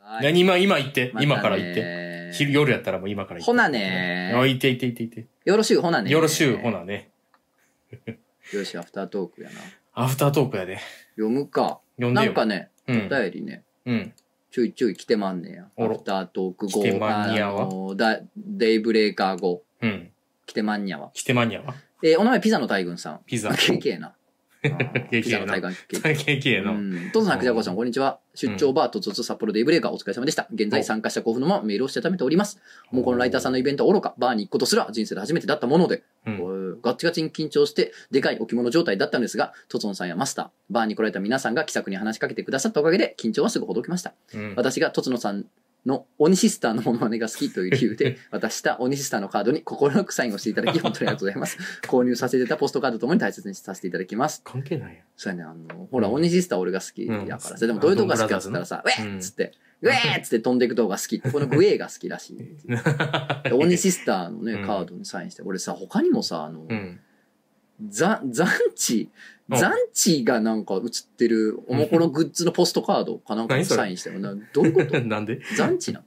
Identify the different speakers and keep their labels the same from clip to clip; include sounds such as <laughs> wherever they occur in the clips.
Speaker 1: はい
Speaker 2: 何今、今行って。
Speaker 1: またね
Speaker 2: 今から行って。昼、夜やったらもう今から行って。
Speaker 1: ほなね
Speaker 2: うんあ、行って行って行って行っ
Speaker 1: よろしゅう、ほなね。
Speaker 2: て。よろしゅう、ほ
Speaker 1: な。
Speaker 2: なね。
Speaker 1: よし、アフタートークやな。
Speaker 2: アフタートークやで。
Speaker 1: 読むか。
Speaker 2: 読ん
Speaker 1: な
Speaker 2: で
Speaker 1: ん
Speaker 2: よ。
Speaker 1: かね、
Speaker 2: う
Speaker 1: お
Speaker 2: ん。
Speaker 1: 便りね、
Speaker 2: うん。
Speaker 1: ちょいちょい来てまんねや。
Speaker 2: あら
Speaker 1: アフタートーク後。
Speaker 2: 来てまんにゃは
Speaker 1: あのだデイブレイカー後。
Speaker 2: うん。
Speaker 1: 来てまんにゃは。
Speaker 2: 来てまんにゃわ。
Speaker 1: えーお名前ピザの大群さん。
Speaker 2: ピザ。
Speaker 1: け
Speaker 2: <laughs>
Speaker 1: けえな。あー
Speaker 2: けえ
Speaker 1: ピ
Speaker 2: けえな
Speaker 1: ザの大群けえ。
Speaker 2: ケケ
Speaker 1: う
Speaker 2: の。
Speaker 1: ん、トツさん、クジャコさん、こんにちは。出張バー、とつつ札幌デイブレイカー、お疲れ様でした。現在参加した興奮のままメールをしてためております。もうこのライターさんのイベントはおろか、バーに行くことすら人生で初めてだったもので、
Speaker 2: うん。
Speaker 1: ガッチガチに緊張して、でかい置物状態だったんですが、トツンさんやマスター、バーに来られた皆さんが気さくに話しかけてくださったおかげで、緊張はすぐほどけました。
Speaker 2: うん。
Speaker 1: 私がトツノさんの鬼シスターのモノマネが好きという理由で、渡した鬼シスターのカードに心よくサインをしていただき、本当にありがとうございます。購入させていただいたポストカードともに大切にさせていただきます。
Speaker 2: 関係ない
Speaker 1: そうやね、あの、ほら、
Speaker 2: うん
Speaker 1: 鬼シスター俺が好き
Speaker 2: うん
Speaker 1: やからさ、でもどういうとこが好きかっつったらさ、ウ
Speaker 2: ドンブラザーズ
Speaker 1: ェ
Speaker 2: の
Speaker 1: ッつって、ウェーっつって飛んでいく動画好きって、このグエーが好きらしい。
Speaker 2: や
Speaker 1: で。 <laughs> 鬼シスターの
Speaker 2: う
Speaker 1: ね、
Speaker 2: ん
Speaker 1: カードにサインして、俺さ、他にもさ、あの、
Speaker 2: うん。 <laughs>
Speaker 1: ザ、ザンチ、
Speaker 2: うん
Speaker 1: ザンチがなんか写ってるおもころグッズのポストカー
Speaker 2: <laughs>
Speaker 1: ドかなんかに
Speaker 2: 何それ
Speaker 1: サインしてるなどういう
Speaker 2: <laughs>
Speaker 1: こと
Speaker 2: なんで
Speaker 1: ザンチ
Speaker 2: <laughs>
Speaker 1: なの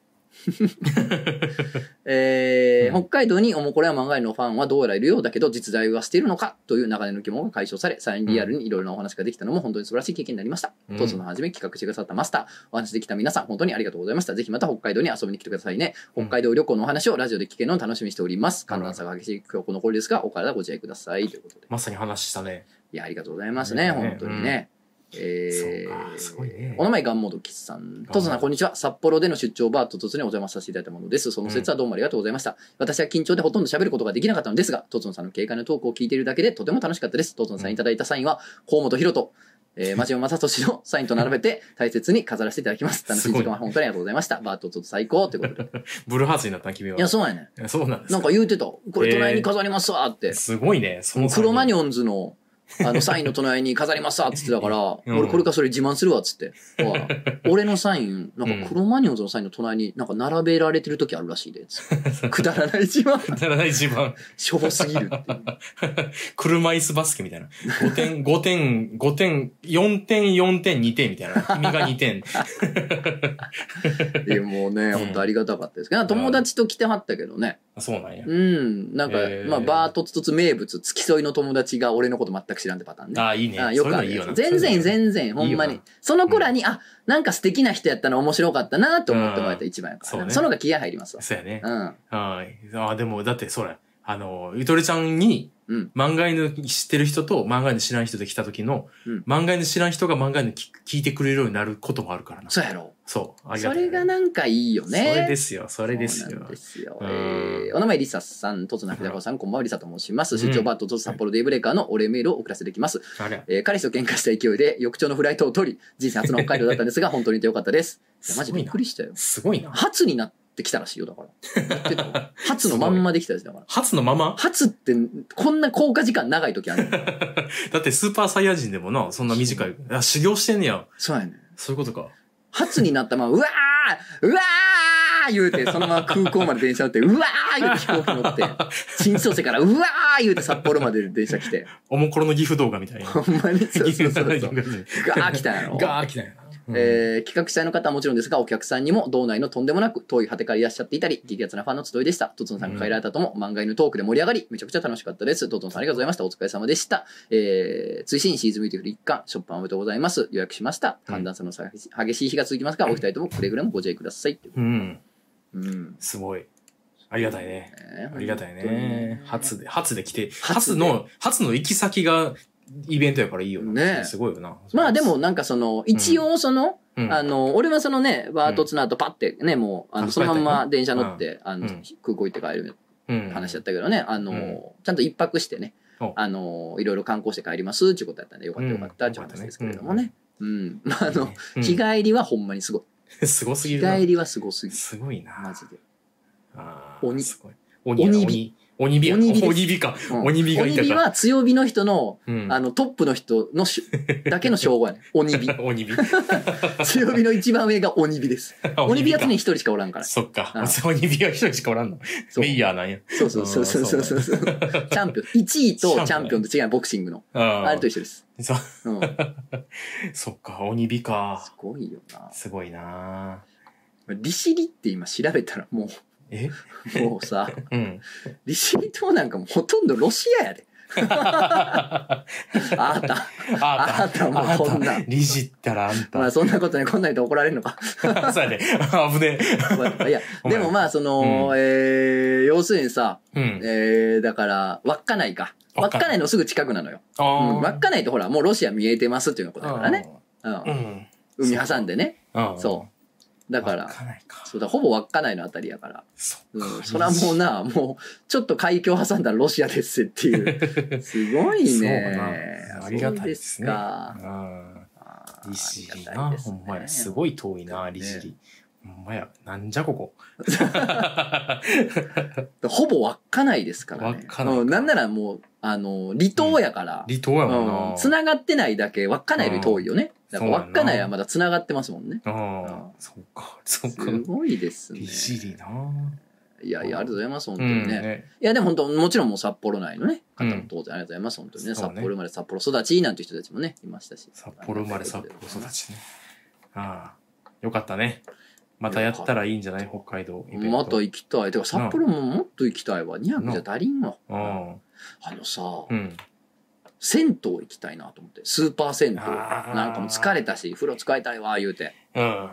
Speaker 1: えー
Speaker 2: うん
Speaker 1: 北海道におもころや漫画へのファンはどうやらいるようだけど実在はしているのかという長年の疑問が解消されさらにリアルにいろいろなお話ができたのも本当に素晴らしい経験になりました、
Speaker 2: うん
Speaker 1: 当初の初め企画してくださったマスターお話できた皆さん本当にありがとうございましたぜひまた北海道に遊びに来てくださいね
Speaker 2: うん
Speaker 1: 北海道旅行のお話をラジオで聞けるのを楽しみにしております寒暖差が激しい今日この頃ですがお体ご自愛くださいということで
Speaker 2: まさに話したね。
Speaker 1: いや、ありがとうございますね、
Speaker 2: ね
Speaker 1: 本当にね。え
Speaker 2: そうかすごいね
Speaker 1: お名前、ガンモドキスさん。トツさん、こんにちは。札幌での出張バーと突にお邪魔させていただいたものです。その説はどうもありがとうございました。私は緊張でほとんど喋ることができなかったのですが、トツさんの警戒のトークを聞いているだけでとても楽しかったです。トツさんにいただいたサインは、河本ロと、えー、町山正俊のサインと並べて大切に飾らせていただきます。楽しい時間は本当にありがとうございました。バーとつ最高ということで。
Speaker 2: ブルーハーツになったな君は。
Speaker 1: いや、そうやね。
Speaker 2: そうなんです
Speaker 1: なんか言うてた。これ隣に飾りますわって。
Speaker 2: すごいね。その
Speaker 1: クロマニオンズの、あの、サインの隣に飾りますわっつってたから、
Speaker 2: うん
Speaker 1: 俺これからそれ自慢するわっつ
Speaker 2: <laughs>
Speaker 1: って。おい俺のサイン、なんかクロマニオンズのサインの隣になんか並べられてる時あるらしいで。つ
Speaker 2: <laughs>
Speaker 1: ってくだらない自慢
Speaker 2: だから <laughs> 一番、
Speaker 1: しょぼすぎるっていう。
Speaker 2: 車椅子バスケみたいな。5点、5点、5点、4点、4点、2点みたいな。君が2点。 <laughs>
Speaker 1: いやもうね、
Speaker 2: うん
Speaker 1: ほんとありがたかったですけど、友達と来てはったけどね。
Speaker 2: あそうなんや。
Speaker 1: うん。なんか
Speaker 2: へ、ー
Speaker 1: まあ、バートツトツ名物、付き添いの友達が俺のこと全く知らんってパターンね。
Speaker 2: あ、いいね。
Speaker 1: あよくある
Speaker 2: そういうのいいよ
Speaker 1: や
Speaker 2: な
Speaker 1: つ全然
Speaker 2: そういうのいいよ
Speaker 1: 全然ほんま
Speaker 2: いい
Speaker 1: に
Speaker 2: よ
Speaker 1: その子らに、あなんか素敵な人やったの面白かったなと思ってもらえたら一番やから
Speaker 2: うんそう
Speaker 1: な
Speaker 2: ね
Speaker 1: その方が気合入りますわ
Speaker 2: そうやね。
Speaker 1: うん
Speaker 2: はい。あ、でも、だって、それ、あの、ゆとりちゃんに、
Speaker 1: うん
Speaker 2: 漫画犬知ってる人と漫画犬知らん人で来た時の、
Speaker 1: うん
Speaker 2: 漫画犬知らん人が漫画犬き聞いてくれるようになることもあるからな。
Speaker 1: そうやろ
Speaker 2: そう。ありが
Speaker 1: そ
Speaker 2: たい
Speaker 1: れがなんかいいよね
Speaker 2: それですよ、それです
Speaker 1: そうな
Speaker 2: よ
Speaker 1: ん。ですよ。
Speaker 2: うん
Speaker 1: えーお名前、リサさん、とつなくだこさん、こんばんは、リサと申します。
Speaker 2: うん
Speaker 1: 出張バートと札幌デイブレイカーのお礼メールを送らせていただきます。
Speaker 2: あれや
Speaker 1: えー彼氏と喧嘩した勢いで、翌朝のフライトを取り、人生初の北海道だったんですが、本当にいてよかったです。いや、マジびっくりしたよ。
Speaker 2: すごいな。
Speaker 1: 初になってきたらしいよ、
Speaker 2: <laughs>
Speaker 1: だから。言ってたわ初のまんまできたらしい、だから。
Speaker 2: 初のまま
Speaker 1: 初って、こんな効果時間長い時あるの
Speaker 2: だってスーパーサイヤ人でもな、そんな短い。あ、修行してんねや。
Speaker 1: そうやねん。
Speaker 2: そういうことか。
Speaker 1: 初になったまま、うわーうわー言うて、そのまま空港まで電車乗って、うわー言うて飛行機乗って、新千歳から、うわー言うて札幌まで電車来て、
Speaker 2: おもころのギフ動画みたいな。
Speaker 1: ほんまに、 <laughs> そう
Speaker 2: <laughs>
Speaker 1: そうそうそう。 <laughs>
Speaker 2: ガ
Speaker 1: ガー来たんやろ。
Speaker 2: ー来たんやな。うん
Speaker 1: えー企画者の方はもちろんですが、お客さんにも道内のとんでもなく遠い果てからいらっしゃっていたり、激アツなファンの集いでした。トツノさんが帰られたとも、漫画犬トークで盛り上がり、めちゃくちゃ楽しかったです。トツノさんありがとうございました。お疲れ様でした。えー、追伸シーズンビューティフル一巻、ショップおめでとうございます。予約しました。寒暖差の差激しい日が続きますが、お二人ともくれぐれもご自愛ください。
Speaker 2: うん。
Speaker 1: うん。
Speaker 2: すごい。ありがたいね。ありがたい
Speaker 1: 本当に
Speaker 2: ね。初で、初で来て、
Speaker 1: 初
Speaker 2: 初
Speaker 1: で
Speaker 2: の、初の行き先がイベントやからいいよな。
Speaker 1: ねえ
Speaker 2: すごいよな。
Speaker 1: まあでも、なんかその、一応その、
Speaker 2: うん、
Speaker 1: あの、俺はそのね、バートツの後パッてね、もう、あの
Speaker 2: あ
Speaker 1: そ
Speaker 2: そう
Speaker 1: の
Speaker 2: やっ
Speaker 1: まんま
Speaker 2: たよな
Speaker 1: 電車乗って、あの
Speaker 2: うん、
Speaker 1: 空港行って帰る
Speaker 2: うん
Speaker 1: 話だったけどね、あの、
Speaker 2: うん
Speaker 1: ちゃんと一泊してね
Speaker 2: お、
Speaker 1: あの、いろいろ観光して帰りますっていうことだったんで、よかったよかった
Speaker 2: う
Speaker 1: っ
Speaker 2: ん
Speaker 1: ていう話ですけれどもね。うん。まあ、あの、
Speaker 2: うん
Speaker 1: 日帰りはほんまにすごい。
Speaker 2: すごすぎ
Speaker 1: 日
Speaker 2: るな
Speaker 1: 帰。りはすごすぎる。
Speaker 2: すごいな。
Speaker 1: マジで。
Speaker 2: あー
Speaker 1: 鬼
Speaker 2: すごい鬼や
Speaker 1: 鬼
Speaker 2: 鬼鬼火や
Speaker 1: 鬼火です
Speaker 2: 鬼火か。
Speaker 1: うん
Speaker 2: <laughs> 鬼火がいた
Speaker 1: 鬼火
Speaker 2: か。
Speaker 1: は強火の人の、
Speaker 2: うん
Speaker 1: あの、トップの人の
Speaker 2: <laughs>
Speaker 1: し、だけの称号やね。鬼火。
Speaker 2: 鬼火。
Speaker 1: 強火の一番上が鬼火です。 <laughs> 鬼火やつに一人しかおらんから。
Speaker 2: そっか
Speaker 1: うん。
Speaker 2: <laughs> 鬼火は一人しかおらんの。
Speaker 1: そう
Speaker 2: メイヤーなんや。
Speaker 1: そうそうそうそうそうそう。チャンピオン。1位とチャンピオンと違うボクシングの。
Speaker 2: あ
Speaker 1: あれと一緒です。
Speaker 2: そ
Speaker 1: うん。す
Speaker 2: そっか、鬼火か。
Speaker 1: ごいよな。
Speaker 2: すごいな
Speaker 1: 利尻って今調べたらも
Speaker 2: え
Speaker 1: う、もう
Speaker 2: <laughs>
Speaker 1: さ、 <laughs>
Speaker 2: うん。
Speaker 1: 利尻島なんかもうほとんどロシアや
Speaker 2: <laughs>
Speaker 1: で。あ
Speaker 2: あ
Speaker 1: ーた。
Speaker 2: た
Speaker 1: あーたもうこんな。
Speaker 2: 理事ったらあんた。
Speaker 1: まあそんなことね、こんなん言うと怒られる
Speaker 2: <laughs>
Speaker 1: のか。
Speaker 2: そうやで。危ね
Speaker 1: いや、でもまあその、えー、要するにさ、
Speaker 2: え。うん。
Speaker 1: えー、だから、稚内か。
Speaker 2: 稚内
Speaker 1: 稚内のすぐ近くなのよ。
Speaker 2: あ
Speaker 1: う
Speaker 2: ー
Speaker 1: ん稚内とほら、もうロシア見えてますっていうことだからね。。う。
Speaker 2: うんん。
Speaker 1: 海挟んでね。
Speaker 2: うん。
Speaker 1: そだから、
Speaker 2: 稚内か。
Speaker 1: そうだ、ほぼ稚内のあたりやから。
Speaker 2: そっ
Speaker 1: う
Speaker 2: か
Speaker 1: ん。そらもうな、もう、ちょっと海峡挟んだらロシアですっていう。
Speaker 2: <laughs>
Speaker 1: すごいね。
Speaker 2: そうなんありがたいですね
Speaker 1: そうか
Speaker 2: うん。
Speaker 1: あー
Speaker 2: 利尻
Speaker 1: ありがたい
Speaker 2: な、
Speaker 1: です
Speaker 2: ほ
Speaker 1: ね
Speaker 2: んまや。すごい遠いな、利尻。ほんまや。なんじゃこ <laughs> こ。
Speaker 1: ほぼ稚内ですからね。
Speaker 2: 稚内か
Speaker 1: うんなんならもう、あの、離島やから。
Speaker 2: 離島やもん
Speaker 1: う
Speaker 2: な。
Speaker 1: ん。繋がってないだけ、稚内より遠いよね。だから
Speaker 2: そうやんな
Speaker 1: 稚内はまだ繋がってますもんね。
Speaker 2: うん。そうか。そうか
Speaker 1: す。ごいですね。
Speaker 2: 利尻な。
Speaker 1: いやいや、ありがとうございます、本当
Speaker 2: う
Speaker 1: に
Speaker 2: ん
Speaker 1: ね。
Speaker 2: ね。
Speaker 1: いや、でも本当、もちろんもう札幌内のね、方
Speaker 2: う
Speaker 1: も
Speaker 2: ん
Speaker 1: 当然ありがとうございます、本当にね。
Speaker 2: そう
Speaker 1: 札
Speaker 2: ね
Speaker 1: 幌生まれ、札幌育ちなんて人たちもね、いましたし。
Speaker 2: 札幌生まれ札幌育
Speaker 1: ち。
Speaker 2: ちね。ああ。よかったね。またやったらいいんじゃない北海道イベント。
Speaker 1: また行きたい。てか、札幌ももっと行きたいわ。ニャンじゃ足りんわ。
Speaker 2: うん。
Speaker 1: あのさ、
Speaker 2: うん。
Speaker 1: 銭湯行きたいなと思って。スーパー銭湯。
Speaker 2: あー
Speaker 1: なんかもう疲れたし、風呂使いたいわ、言うて。
Speaker 2: うん。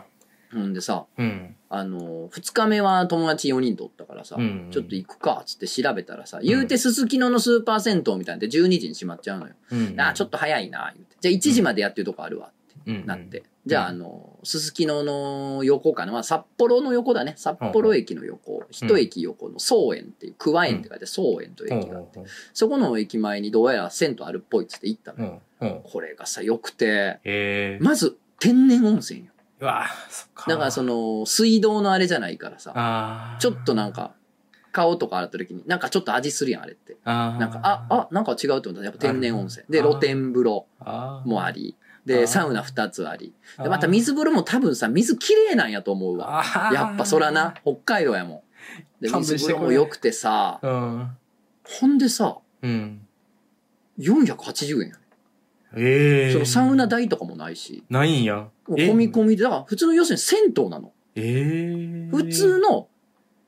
Speaker 1: ほんでさ、
Speaker 2: うん。
Speaker 1: あの、二日目は友達4人とおったからさ、
Speaker 2: うん
Speaker 1: ちょっと行くか、つって調べたらさ、言うてすすきののスーパー銭湯みたいなんで12時に閉まっちゃうのよ。
Speaker 2: うん。
Speaker 1: あー、ちょっと早いな、言うて。じゃあ1時までやってるとこあるわ、って
Speaker 2: と
Speaker 1: なって。。じゃあ、あの、すすきのの横かな。まあ、札幌の横だね。札幌駅の横。一駅横の総園っていう、桑園って書いて、総園という
Speaker 2: うん。
Speaker 1: 駅があって。そこの駅前にどうやら銭湯あるっぽいっつって行った
Speaker 2: う
Speaker 1: の。
Speaker 2: ん。うん。
Speaker 1: これがさ、良くて、
Speaker 2: ええ。
Speaker 1: まず、天然温泉よ。
Speaker 2: うわあ、そっか。
Speaker 1: だからその、水道のあれじゃないからさ、
Speaker 2: ああ。
Speaker 1: ちょっとなんか、顔とか洗った時に、なんかちょっと味するやん、あれって。
Speaker 2: あー
Speaker 1: なんか、あ、、あ、なんか違うと思った。やっぱ天然温泉。で、
Speaker 2: あー
Speaker 1: 露天風呂
Speaker 2: あ
Speaker 1: もあり。
Speaker 2: あ
Speaker 1: で、
Speaker 2: ー
Speaker 1: サウナ二つあり。
Speaker 2: ー
Speaker 1: で、また水風呂も多分さ、水きれいなんやと思うわ。
Speaker 2: あー
Speaker 1: やっぱそらな、北海道やもん。で、
Speaker 2: 勘弁
Speaker 1: 水
Speaker 2: し
Speaker 1: 風
Speaker 2: て
Speaker 1: 呂
Speaker 2: くれ
Speaker 1: も良くてさ、
Speaker 2: うん
Speaker 1: ほんでさ、
Speaker 2: うん
Speaker 1: 480円やね。
Speaker 2: ええ
Speaker 1: そのサウナ代とかもないし、
Speaker 2: ないんや
Speaker 1: もう
Speaker 2: え
Speaker 1: 込み込みで、だから普通の要するに銭湯なの。
Speaker 2: ええ
Speaker 1: 普通の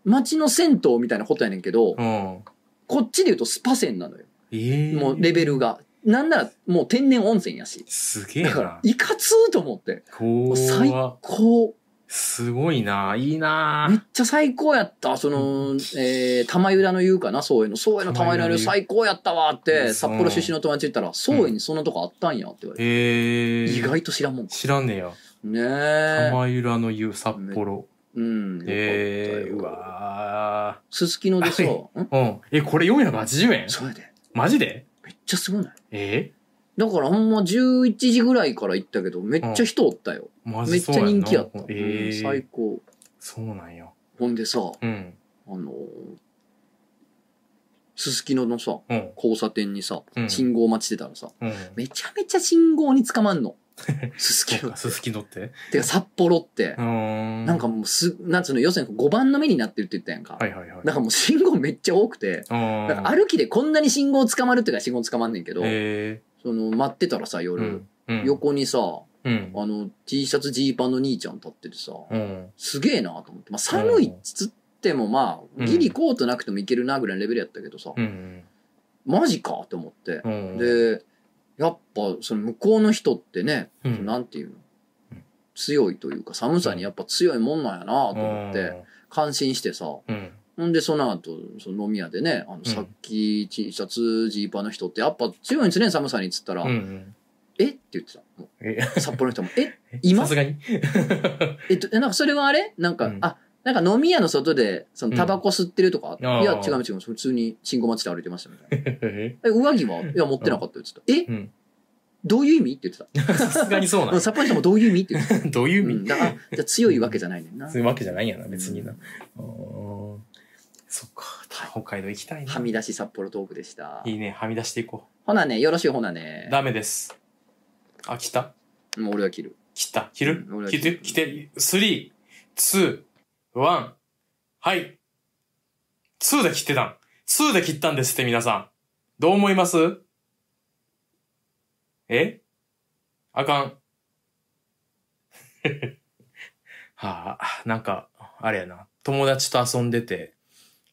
Speaker 1: 街の銭湯みたいなことやねんけど、
Speaker 2: うん
Speaker 1: こっちで言うとスパ銭なのよ。
Speaker 2: ええ
Speaker 1: もうレベルが。なんならもう天然温泉やし。
Speaker 2: すげえ
Speaker 1: だから
Speaker 2: な、
Speaker 1: いかつーと思って。
Speaker 2: こ
Speaker 1: 最
Speaker 2: うは
Speaker 1: こ、
Speaker 2: すごいないいう
Speaker 1: めっ
Speaker 2: な
Speaker 1: ちゃ最高やった。その、えー、玉浦の言うかな、そういうの。そういうの玉浦の湯最高やったわっ
Speaker 2: う
Speaker 1: て、
Speaker 2: ん
Speaker 1: 札幌出身の友達言ったら、そういうにそんなとこあったんやって言われて。
Speaker 2: ええ
Speaker 1: 意外と知らんもんか。
Speaker 2: 知らんねえや
Speaker 1: ねえ。
Speaker 2: 玉浦の湯札幌
Speaker 1: うん。よかったよ
Speaker 2: ええう。わ
Speaker 1: すすきのでさ、ん
Speaker 2: ーうんえこれ480円
Speaker 1: そうやで。
Speaker 2: マジで
Speaker 1: めっちゃすごない
Speaker 2: ええ
Speaker 1: だからほんま11時ぐらいから行ったけど、めっちゃ人おったよ。
Speaker 2: マ
Speaker 1: め
Speaker 2: ジ
Speaker 1: っ
Speaker 2: そう
Speaker 1: ちゃ
Speaker 2: やんな
Speaker 1: 人気やった。
Speaker 2: ええ
Speaker 1: うん最高。
Speaker 2: そうなんや
Speaker 1: ほんでさ、
Speaker 2: うん
Speaker 1: あのーすすきののさ、
Speaker 2: うん
Speaker 1: 交差点にさ、
Speaker 2: うん
Speaker 1: 信号待ちしてたらさ、
Speaker 2: うん
Speaker 1: めちゃめちゃ信号に捕ま
Speaker 2: <laughs>
Speaker 1: んの。すすき
Speaker 2: そ
Speaker 1: の
Speaker 2: うか。すすきのって
Speaker 1: てか札幌って
Speaker 2: う、ん
Speaker 1: なんかもうす、なんつうの、要するに5番の目になってるって言ったやんか。
Speaker 2: はいはいはい
Speaker 1: なんかもう信号めっちゃ多くて、
Speaker 2: うん
Speaker 1: なんか歩きでこんなに信号捕まるっていうか信号捕まんねんけど、
Speaker 2: え
Speaker 1: その待ってたらさ、
Speaker 2: え
Speaker 1: 夜、
Speaker 2: うんうん
Speaker 1: 横にさ、
Speaker 2: うん
Speaker 1: あの T シャツジーパンの兄ちゃん立っててさ、
Speaker 2: うん
Speaker 1: すげえなと思って、まあ、寒いっつってもまあ、
Speaker 2: うん
Speaker 1: ギリコートなくてもいけるなぐらいのレベルやったけどさ、
Speaker 2: うん
Speaker 1: マジかと思って
Speaker 2: う、ん
Speaker 1: でやっぱその向こうの人ってね、
Speaker 2: うん
Speaker 1: なんていうの
Speaker 2: うん
Speaker 1: 強いというか寒さにやっぱ強いもんなんやなと思って、感心してさ
Speaker 2: うん
Speaker 1: ほんでその後その飲み屋でねあの
Speaker 2: ん
Speaker 1: さっき T シャツジーパンの人ってやっぱ強いんですね寒さにっつったら「
Speaker 2: うんうん
Speaker 1: えっ?」て言ってたも
Speaker 2: <laughs> え
Speaker 1: う札幌の人も「え今
Speaker 2: さすがに <laughs>
Speaker 1: えっと、えなんかそれはあれなんか、
Speaker 2: うん
Speaker 1: あ、なんか飲み屋の外で、そのタバコ吸ってるとか、
Speaker 2: うん
Speaker 1: いや
Speaker 2: あ、ー
Speaker 1: 違う違う、普通に信号待ちで歩いてましたみたい
Speaker 2: <laughs>
Speaker 1: な。え、上着はいや、持ってなかったよ、ちょっと。え、
Speaker 2: うん
Speaker 1: どういう意味って言って
Speaker 2: さすがに <laughs> そう
Speaker 1: た。
Speaker 2: な
Speaker 1: うん
Speaker 2: の
Speaker 1: 札幌の人もどういう意味って言ってた。
Speaker 2: どういうう意
Speaker 1: ん、
Speaker 2: 味
Speaker 1: だからあじゃあ強いわけじゃないねんな
Speaker 2: そう。いうわけじゃないんやな別になうんそっか北海道行きたいな
Speaker 1: はみ出し札幌トークでした
Speaker 2: い。いねはみ出していこ
Speaker 1: ほなね、よろしいほなね
Speaker 2: う。ダメですあ来た
Speaker 1: もう俺は切る。
Speaker 2: 切った切る
Speaker 1: うん俺は
Speaker 2: 切
Speaker 1: 切る
Speaker 2: る切って3、2、1。はい。2で切ってたん。2で切ったんですって皆さん。どう思いますえあかん。 <laughs> はあ、なんか、あれやな、友達と遊んでて、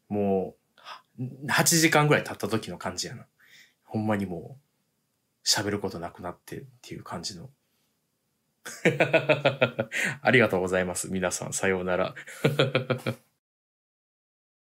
Speaker 2: もう、は8時間ぐらい経った時の感じやな。ほんまにもう、喋ることなくなってっていう感じの。 <laughs> ありがとうございます。皆さん、さようなら。